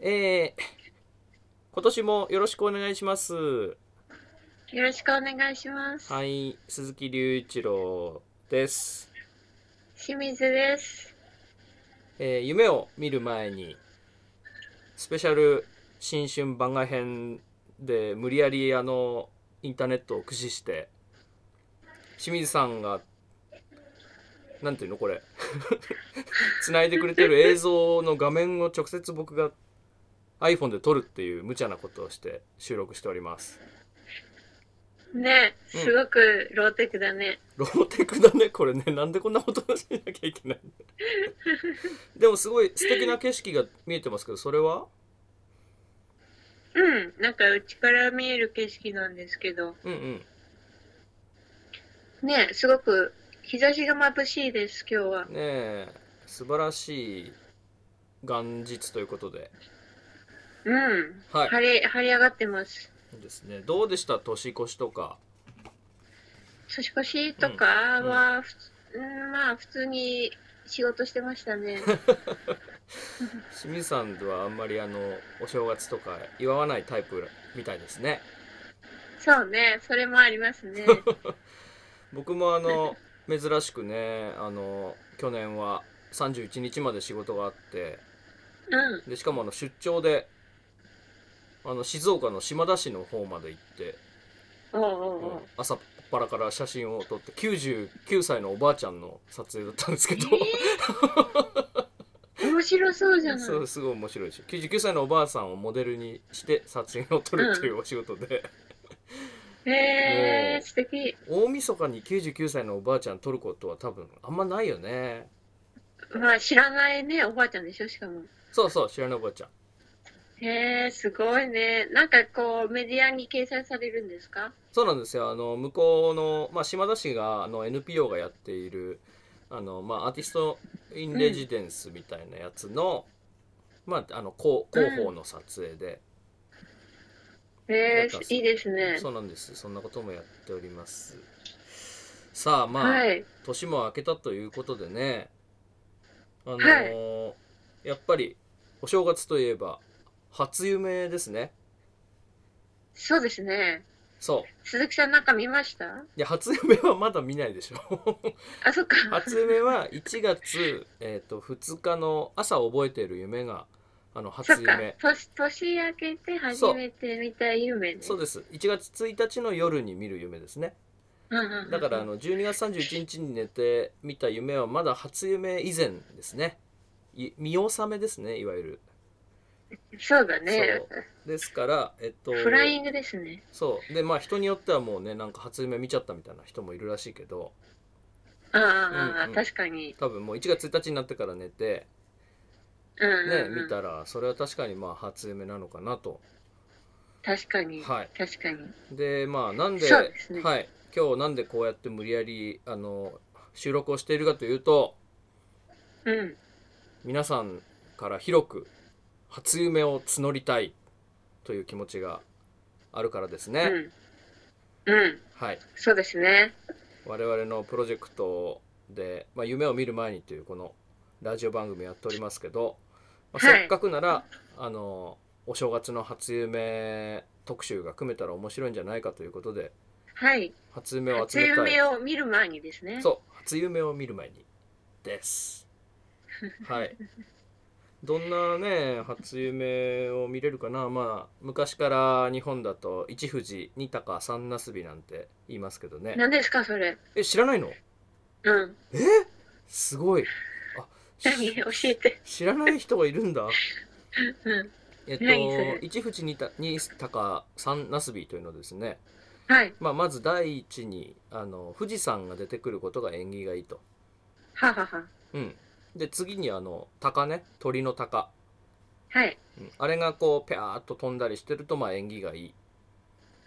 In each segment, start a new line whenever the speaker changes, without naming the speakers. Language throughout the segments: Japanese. えー今年もよろしくお願いします。
よろしくお願いします。
はい、鈴木隆一郎です。
清水です。
えー夢を見る前に、スペシャル新春番外編で無理やりあの、インターネットを駆使して、清水さんが、なんていうのこれ。 繋いでくれてる映像の画面を直接僕が iPhone で撮るっていう無茶なことをして収録しております。
ね、
うん
すごくローテクだね。
ローテクだねこれねなんでこんなことをしなきゃいけないんだでもすごい素敵な景色が見えてますけどそれは
うん、なんかうちから見える景色なんですけど、
うんうん
ね、すごく日差しが眩しいです、今日は
ね。え素晴らしい元日ということで
うん、
はい、
晴れ、晴れ上がってます。
ですねどうでした年越しとか
年越しとかは、ふつうん、まあ普通に仕事してまし たね。
清水さんではあんまりあのお正月とか祝わないタイプみたいですね
そうね、それもありま すね。
僕もあの珍しくねあの去年は31日まで仕事があって
うん、
でしかもあの出張であの静岡の島田市の方まで行って、
おうおうおう。
朝っぱらから写真を撮って99歳のおばあちゃんの撮影だったんですけど、
えー面白そうじゃない。
そうすごい面白いし99歳のおばあさんをモデルにして撮影を撮るっていうお仕事で、
え
もう
ー、素敵。
大晦日に99歳のおばあちゃん撮ることは多分あんまないよね
まあ知らないね、おばあちゃんでしょ、しかも。
そうそう知らないおばあちゃん
へえ、すごいね。なんかこう、メディアに掲載されるんですか
そうなんですよ。あの向こうの、まあ、島田市があの NPO がやっているあの、まあ、アーティスト・イン・レジデンスみたいなやつの、まあ、あの広広報の撮影で、
へ
なんか
え、いいですね。
そうなんですそんなこともやっておりますさあまあ、
はい。
年も明けたということでねあのーやっぱりお正月といえば初夢ですね
そうですね。
そう
鈴木さんなんか見ました
いや初夢はまだ見ないでしょ
あ、そっか。
初夢は1月、えー、と2日の朝覚えてる夢があの初
そっか
夢。
年、年明けて初めて見た夢ね。
そうです1月1日の夜に見る夢ですね
うんうんうん
だからあ、の12月31日に寝て見た夢はまだ初夢以前ですねい見納めですねいわゆる
そうだね。
ですからえっと
フライングですね。
そうでまあ人によってはもうねなんか初夢見ちゃったみたいな人もいるらしいけど
ああああ、
うんうん
確かに。
多分もう1月1日になってから寝て
うんうん
ね
うん
見たらそれは確かにまあ初夢なのかなと
確かに。
はい
確かに。
でまあなんで
そうですね
はい、今日なんでこうやって無理やりあの収録をしているかというと
うん。
皆さんから広く初夢を募りたいという気持ちがあるからですね、
うん。うん。
はい、
そうですね。
我々のプロジェクトで、まあ、夢を見る前にというこのラジオ番組やっておりますけど、まあ
はい
せっかくならあのお正月の初夢特集が組めたら面白いんじゃないかということで
はい。
初夢を集
初
めたい
夢を見る前にですね。
そう初夢を見る前に です。はい。どんなね初夢を見れるかなまあ昔から日本だと一富士二鷹三なすびなんて言いますけどね
何ですか、それ。
え知らないの
うん。
すごいあ
何
し
教えて。
知らない人がいるん だ
うん。
えっ
何それ
と一富士二鷹二鷹三なすびというのですね、
はい。
まあ、まず第一にあの富士山が出てくることが縁起がいいと
ははは。
うん、で次にあの鷹ね鳥の鷹、
はい。
うん、あれがこうペアーっと飛んだりしてるとまあ縁起がいい、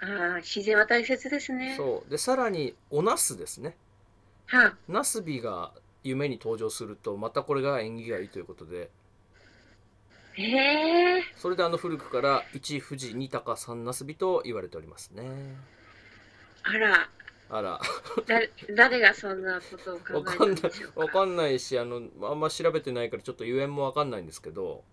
ああ、自然は大切ですね。
そうでさらにおナスですね
は
ナスビが夢に登場するとまたこれが縁起がいいということで
い。へえ。
それであの古くから一富士二鷹三ナスビと言われておりますね
あら、
あら
だ、誰がそんなことを考えたんでしょうか。
わかんないしあのあんま調べてないからちょっとゆえんもわかんないんですけど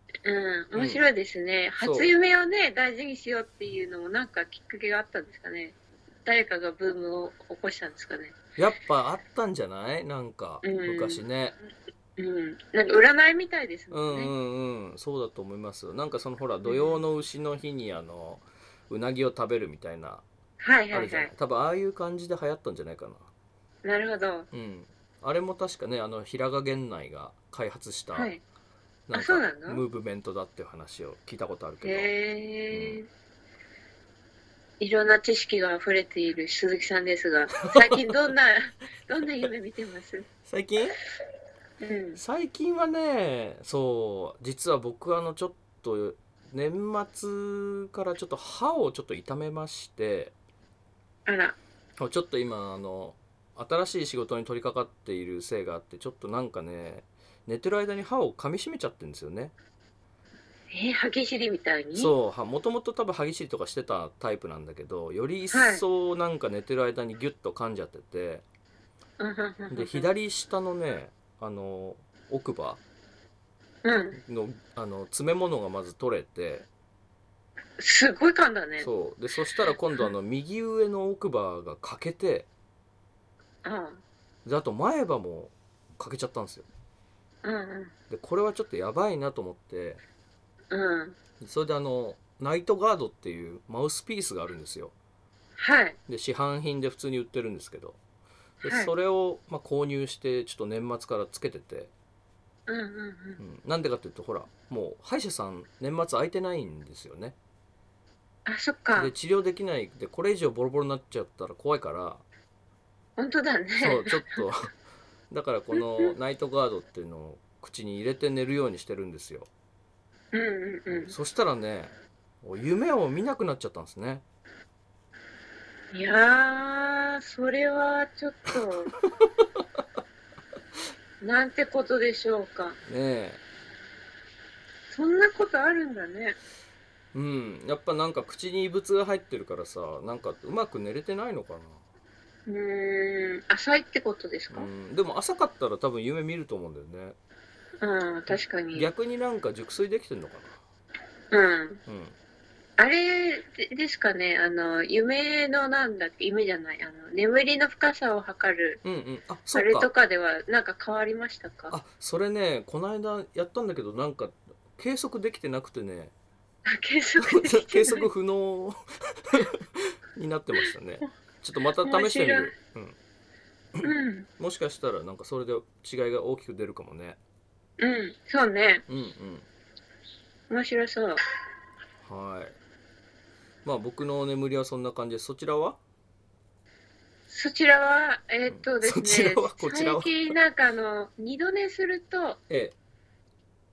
うん、面白いですね、
そう
初夢をね大事にしようっていうのもなんかきっかけがあったんですかね誰かがブームを起こしたんですかね
やっぱあったんじゃないなんか
うん
昔ね
うんなんか占いみたいです
う
も
ん
ん
う
ね、
んうんそうだと思いますなんかそのほら土曜の牛の日にあのうなぎを食べるみたいな
はい
あ
は
る
い
じゃ
は
ない
い
多分ああいう感じで流行ったんじゃないかな
なるほど
うんあれも確かねあの平賀源内が開発した
はい
なん
あそうな
か
の
ムーブメントだっていう話を聞いたことあるけど
へえいろんな知識が溢れている鈴木さんです が最近どんなどんな夢見てます
最近
うん
最近はねそう実は僕あのちょっと年末からちょっと歯をちょっと痛めまして
あら
ちょっと今あの新しい仕事に取り掛かっているせいがあってちょっとなんかね寝てる間に歯を噛みしめちゃってるんですよね
えー、歯ぎしりみたいに
そうはもともと多分歯ぎしりとかしてたタイプなんだけどより一層なんか寝てる間にギュッと噛んじゃってて
うんうんうんうん
で左下のねあの奥歯
うん
のあの詰め物がまず取れて
すごい感だね
そうでそしたら今度あの右上の奥歯が欠けて
うん
であと前歯も欠けちゃったんですよ
うん
でこれはちょっとやばいなと思って
うんうん
それであのナイトガードっていうマウスピースがあるんですよ
はい
で市販品で普通に売ってるんですけどで
はい
それをまあ購入してちょっと年末からつけてて、
うんうんう
う
ん
ん、なんでかっていうとほらもう歯医者さん年末空いてないんですよね
あそっか
で治療できないでこれ以上ボロボロになっちゃったら怖いから
本当だね
そうちょっと だからこのナイトガードっていうのを口に入れて寝るようにしてるんですよ、
うんうんう
そしたらね夢を見なくなっちゃったんですね
んいやーそれはちょっ となんてことでしょうか
ねえ
そんなことあるんだね
うんやっぱなんか口に異物が入ってるからさなんかうまく寝れてないのか
うーん浅いってことです
な、
か
うん、でも朝かったら多分夢見ると思うんだよね
うん確かに
逆になんか熟睡できてんのか
うん
なうん
あれでですかねあの夢のなんだっけ夢じゃないあの眠りの深さを測る
うんうんあそ
あれ
う
と
か
かではなんか変わりましたか
あそれねこの間やったんだけどなんか計測できてなくてね、
計測できてな い
計測不能 になってましたねちょっとまた試してみる、うん、
うん
もしかしたらなんかそれで違いが大きく出るかもね
うんそうね
うん
面白そう
うんはいまあ僕の眠りはそんな感じですそちらは
そちらはえーっとですね
そちらはこちらは
最近なんかあの二度寝すると
え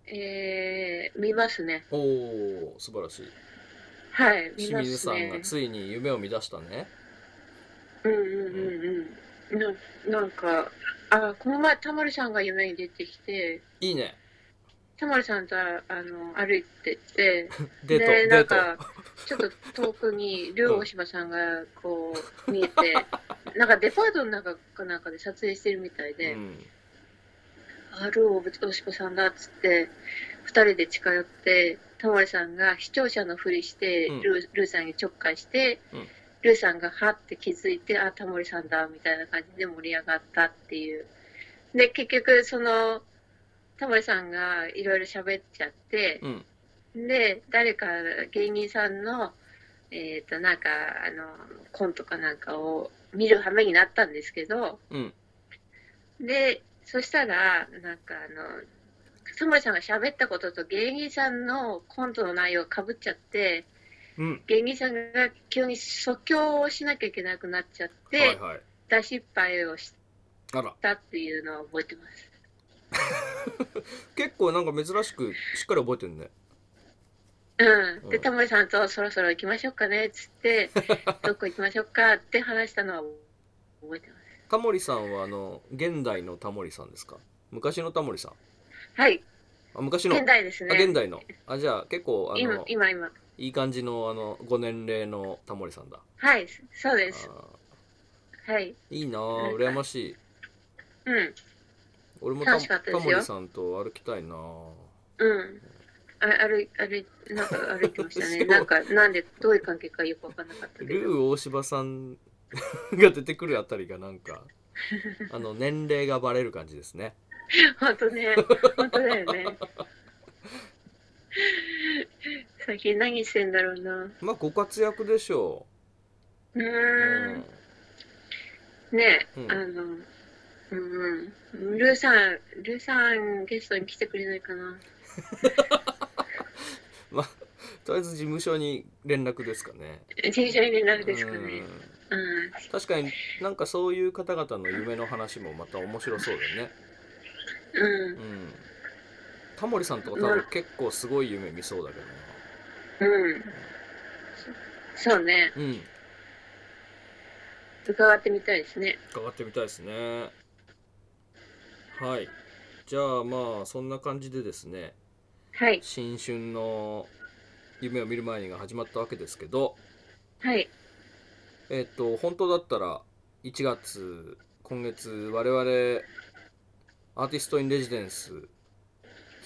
え
えー、見ますね
おお素晴らしい
はい見
清
ま
水
す
さん
ね
がついに夢を見出したね
うんうんうんうんななんかあこの前タモリさんが夢に出てきて
いいね
タモリさんとああの歩いてて
デート
でな
デ
ん
ー
かちょっと遠くにルー大島さんがこう見 えて、なんかデパートの中かなんかで撮影してるみたい
ト、
で、
うん、
あルー大島さんだっつって2人で近寄ってタモリさんが視聴者のふりして、
うん
ルールーさんにちょっかいして、
うん
ルーさんがはって気づいてあタモリさんだみたいな感じで盛り上がったっていうで結局そのタモリさんがいろいろ喋っちゃって、
うん
で誰か芸人さんのえっ、となんかあのコントかなんかを見る羽目になったんですけど
うん
でそしたらなんかあのタモリさんが喋ったことと芸人さんのコントの内容がかぶっちゃって
うん
芸人さんが急に即興をしなきゃいけなくなっちゃって、
はいはい
大失敗をし
あら
たっていうのを覚えてます
結構なんか珍しくしっかり覚えてるね
うん、
う
で
ん
タモリさんとそろそろ行きましょうかねっつって どこ行きましょうかって話したのは覚えてます
タモリさんはあの現代のタモリさんですか昔のタモリさん
はい、
あ昔の
現代です
あ現
ね。
代のあじゃあ結構あ
今
の、
今、今。
いい感じのあのご年齢のタモリさんだ
はい、そう
あ
です。はい。
ーいいなあ羨ましい
うん、
俺もタ
楽しかったで
タ
すよ
モリさんと歩きたいなあ
うん。あれ、あれ、あれ、なんか歩いてまし た
すご
ね。
い
なんか、なんで、どういう関係かよくわかんなかったけ
ル
ど。
ー大柴さん が出てくるあたりがなんかあの年齢がバレる感じですね
本当ね、本当だよね。最近何してんだろうな。
まあご活躍でしょ
う
う、
ーん。ねえ、
うん
あの、うんうん。ルーさん、ルーさんゲストに来てくれないかな。
とりあえず事務所に連絡ですかね
事務所に連絡ですかね。
うん
うん。
確かになんかそういう方々の夢の話もまた面白そうだよね
う
うんタモリさんとか多分結構すごい夢見そうだけど
ん。うん。そうね。
なうん
伺ってみたいですね。
伺ってみたいですねはいじゃあまあそんな感じでですね
はい。
新春の夢を見る前にが始まったわけですけど
はい。
えっ、と本当だったら1月今月我々アーティスト・イン・レジデンス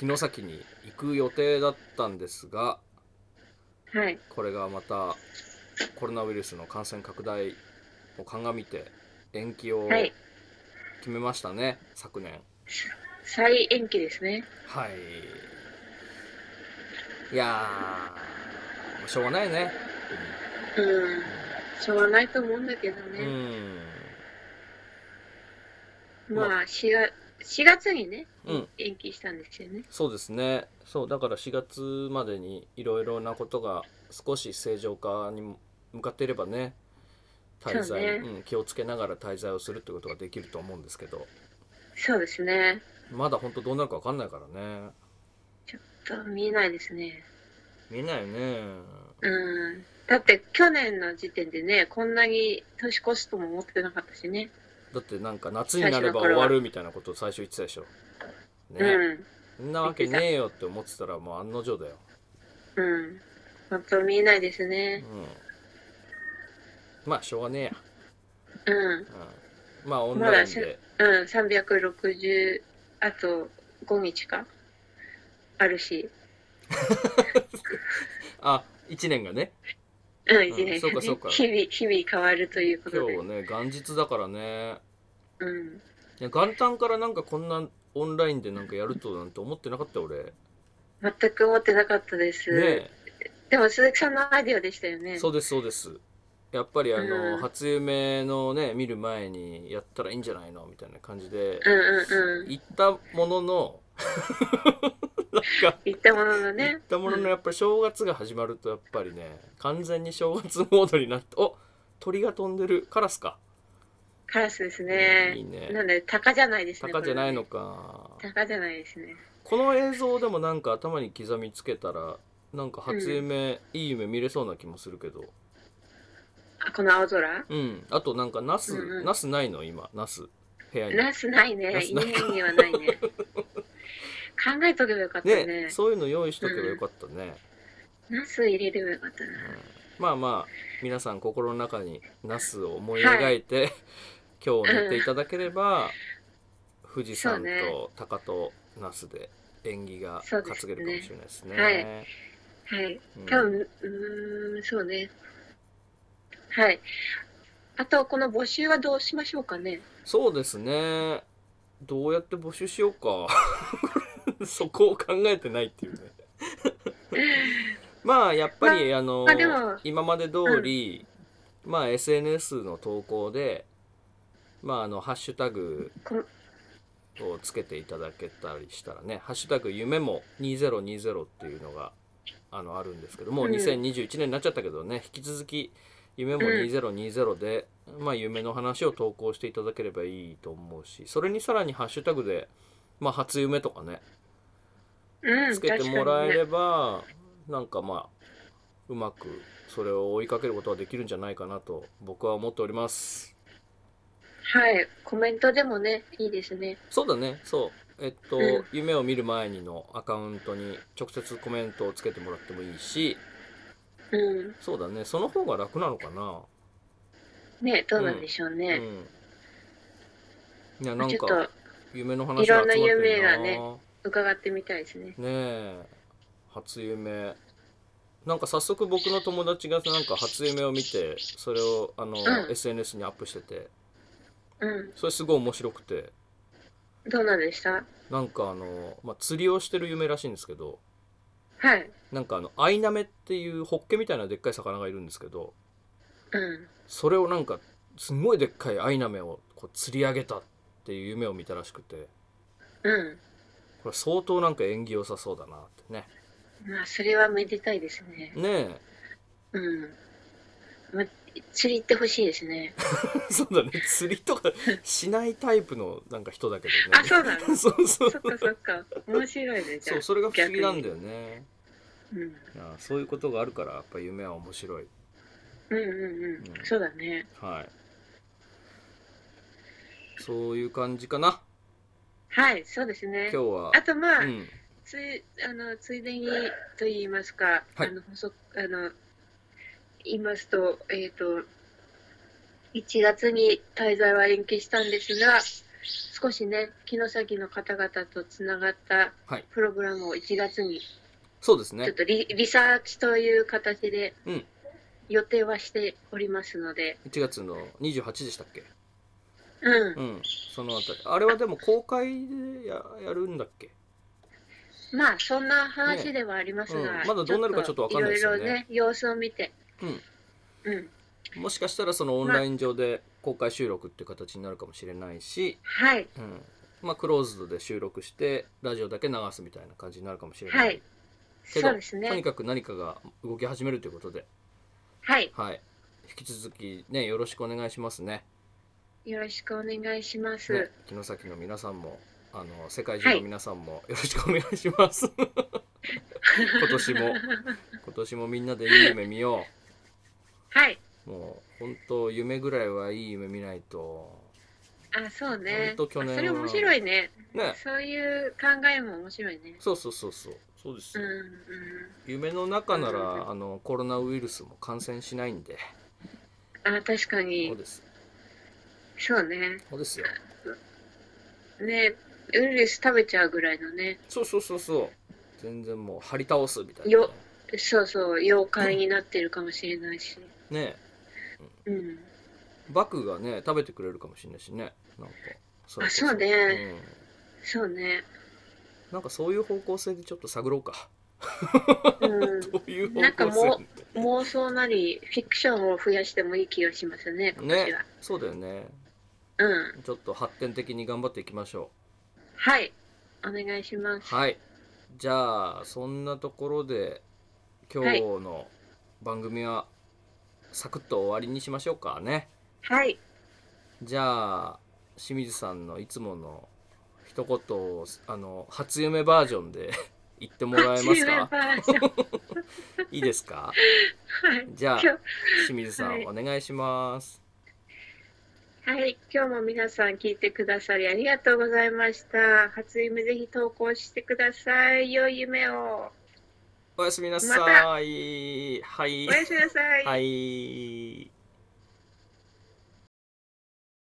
城崎に行く予定だったんですが
はい。
これがまたコロナウイルスの感染拡大を鑑みて延期を
はい。
決めましたね、昨年
再延期ですね。
はいいやーしょうがないね
うん。しょうがないと思うんだけど
うん、う
ね。
ん
まあ、4月、4月にね、
うん
延期したんですよね。
そうですねそうだから4月までにいろいろなことが少し正常化に向かっていればね滞
そう
在
ね
うん、気をつけながら滞在をするってことができると思うんですけど
そうですね。
まだ本当どうなるか分かんないからね
ちょっと見えないですね。
見えないよね
うん。だって、去年の時点でね、こんなに年越すとも思ってなかったしね。
だってなんか夏になれば終わるみたいなことを最初言ってたでしょね、
うん。
そんなわけねえよって思ってたらもう案の定だよ、
うん。本当見えないです
うん
ね。、
まあしょうがねえや
うん。
うんまあオンライン
まだ
で
うん、360、あと5日かあるし。
あ1年がね
うん、
ん
一年
そうかそうか
日々、日々変わるということで。
今日ね元日だからね
うん。
いや元旦からなんかこんなオンラインでなんかやるとなんて思ってなかった俺ね
全く思ってなかったです。
え
でも鈴木さんのアイディアでしたよね。
そうですそうですやっぱりあの、
うん
初夢のね見る前にやったらいいんじゃないのみたいな感じで
うんうんうん。
行ったものの
言ったものの
行
ね
っ。たもののやっぱり正月が始まるとやっぱりね完全に正月モードになってお鳥が飛んでるカラスか
カラスです
いい
ね。な
ね
んで、鷹じゃないですね。
鷹じゃないの
こ
か
れはね。鷹じゃないですね。
この映像でもなんか頭に刻みつけたらなんか初夢、いい夢見れそうな気もするけど
あ、この青空
うんあとなんかナス、
うんうん
ナスないの今ナス部屋に
ナスない
ナ
ね。
ス
家
ない
にはないね。 考えとけばよかった
ね
ね。
そういうの用意しとけばよかったね、
ナス入れればよかったな。
まあまあ皆さん心の中にナスを思い描いて、 今日寝ていただければ、富士山
そうね
と鷹とナスで縁起が
そ
担
うです
げ
ね
るかもしれないですね。
はいはい。
うん
多分、うーん、そうね。はい。あと、この募集はどうしましょうかね。
そうですねどうやって募集しようか そこを考えてないって いうねまあやっぱり、あの、
まあでも
今まで通り、まあ SNS の投稿でまああのハッシュタグ
こ
をつけていただけたりしたらね「ハッシュタグ夢も2020」っていうのがあのあるんですけどもう
うん
2021年になっちゃったけどね引き続き「夢も2020で」まあ夢の話を投稿していただければいいと思うしそれにさらにハッシュタグで「まあ、初夢」とかね
うん、
つけてもらえ
確
れば、なんかまあうまくそれを追いかけることはできるんじゃないかなと僕は思っております。
かにねはい。コメントでもね、いいですね。
そうだね、そう。えっと、
うん
夢を見る前にのアカウントに直接コメントをつけてもらってもいいし、
うん。
そうだね、その方が楽なのかな。
ね、どうなんでしょう
う
ね。
ん。いや、なん
ちょっ
か
と
夢の話が集まって
いろんな夢
るな。
がね伺ってみたいですね。
ねえ。初夢なんか早速僕の友達がなんか初夢を見てそれをあの、
うん
SNS にアップしてて
うん。
それすごい面白くて
どうなんでした
なんかあの、まあ、釣りをしてる夢らしいんですけど
はい。
なんかあのアイナメっていうホッケみたいなでっかい魚がいるんですけど
うん。
それをなんかすごいでっかいアイナメをこう釣り上げたっていう夢を見たらしくて
う
これ相当なんか縁起良さそうだなってね
ん。まあ、それはめでたいですね。
ね
うん。ま、釣り行ってほしいですね。
え そうだね釣りとかしないタイプのなんか人だけ
あ、
ど
そ うなの
ねそうそう
そっかそっか。面白いね、じゃ
そ
あ
う。それが不思議なんだよね
うん。
いやそういうことがあるからやっぱ夢は面白い
うんうん
う
うんん。そうだね。
はいそういう感じかな
はい、そうですね
今日。は
あとまあ、
うん
ついあのついでにと言いますか、
はい
あの補足あの言いますと、えっ、と1月に滞在は延期したんですが、少しね城崎の方々とつながった
はい
プログラムを1月に
そうです
ちょっ
ね
とリ,、リサーチという形で
うん
予定はしておりますので、
1月の28でしたっけ
うん、
うんそのあたりあれはでも公開でややるんだっけ
まあそんな話ではありますが、
ねうんまだどうなるかちょっとわかんないですよね
いろいろね様子を見て、
うん
うん、
もしかしたらそのオンライン上で公開収録っていう形になるかもしれないし、
はい。
うん、まあクローズドで収録してラジオだけ流すみたいな感じになるかもしれない、
はい
けど
そうです
とに
ね。
かく何かが動き始めるということで、
はい。
はい、引き続きねよろしくお願いしますね
よろしくお願いします。
ね城崎の皆さんもあの世界中の皆さんもよろしくお願いします、 今年も今年もみんなでいい夢見よ
はい。
うもう本当夢ぐらいはいい夢見ないと
あ、そうね。
ほんと去年は
あそれ面白いね。
ね
そういう考えも面白いね。
そうそうそうそうそうです
うん
よ、
うん。
夢の中なら、
うんうんうん
あのコロナウイルスも感染しないんで
あ、確か
そう
に。
です
そうね。
そうですよ
ね、ウイルス食べちゃうぐらいのね。
そうそうそうそう全然もう張り倒すみたいな
よそうそう、妖怪になってるかもしれないし。
ね
うん。
バクがね食べてくれるかもしれないしねなんかそれこ
あそうね
うん
そうね。
なんかそういう方向性でちょっと探ろうか。
うん。
どういう
なんか
方向
も
性
妄想なり、フィクションを増やしてもいい気がしますね、今年
ね
は。。
そうだよね。
うん。
ちょっと発展的に頑張っていきましょ
はい。お願いしま
う。
す。
はい。じゃあそんなところで今日の番組はサクッと終わりにしましょうかね。
はい。
じゃあ清水さんのいつもの一言をあの初夢バージョンで 言ってもらえますか。 いいですか。
はい。
じゃあ
今
清水さ
は
ん
い
お願いします。
日はい、今日も皆さん聞いてくださりありがとうございました。初夢ぜひ投稿してください。良い夢を。
おやすみなさい。はい
お。やすみなさい。
はい。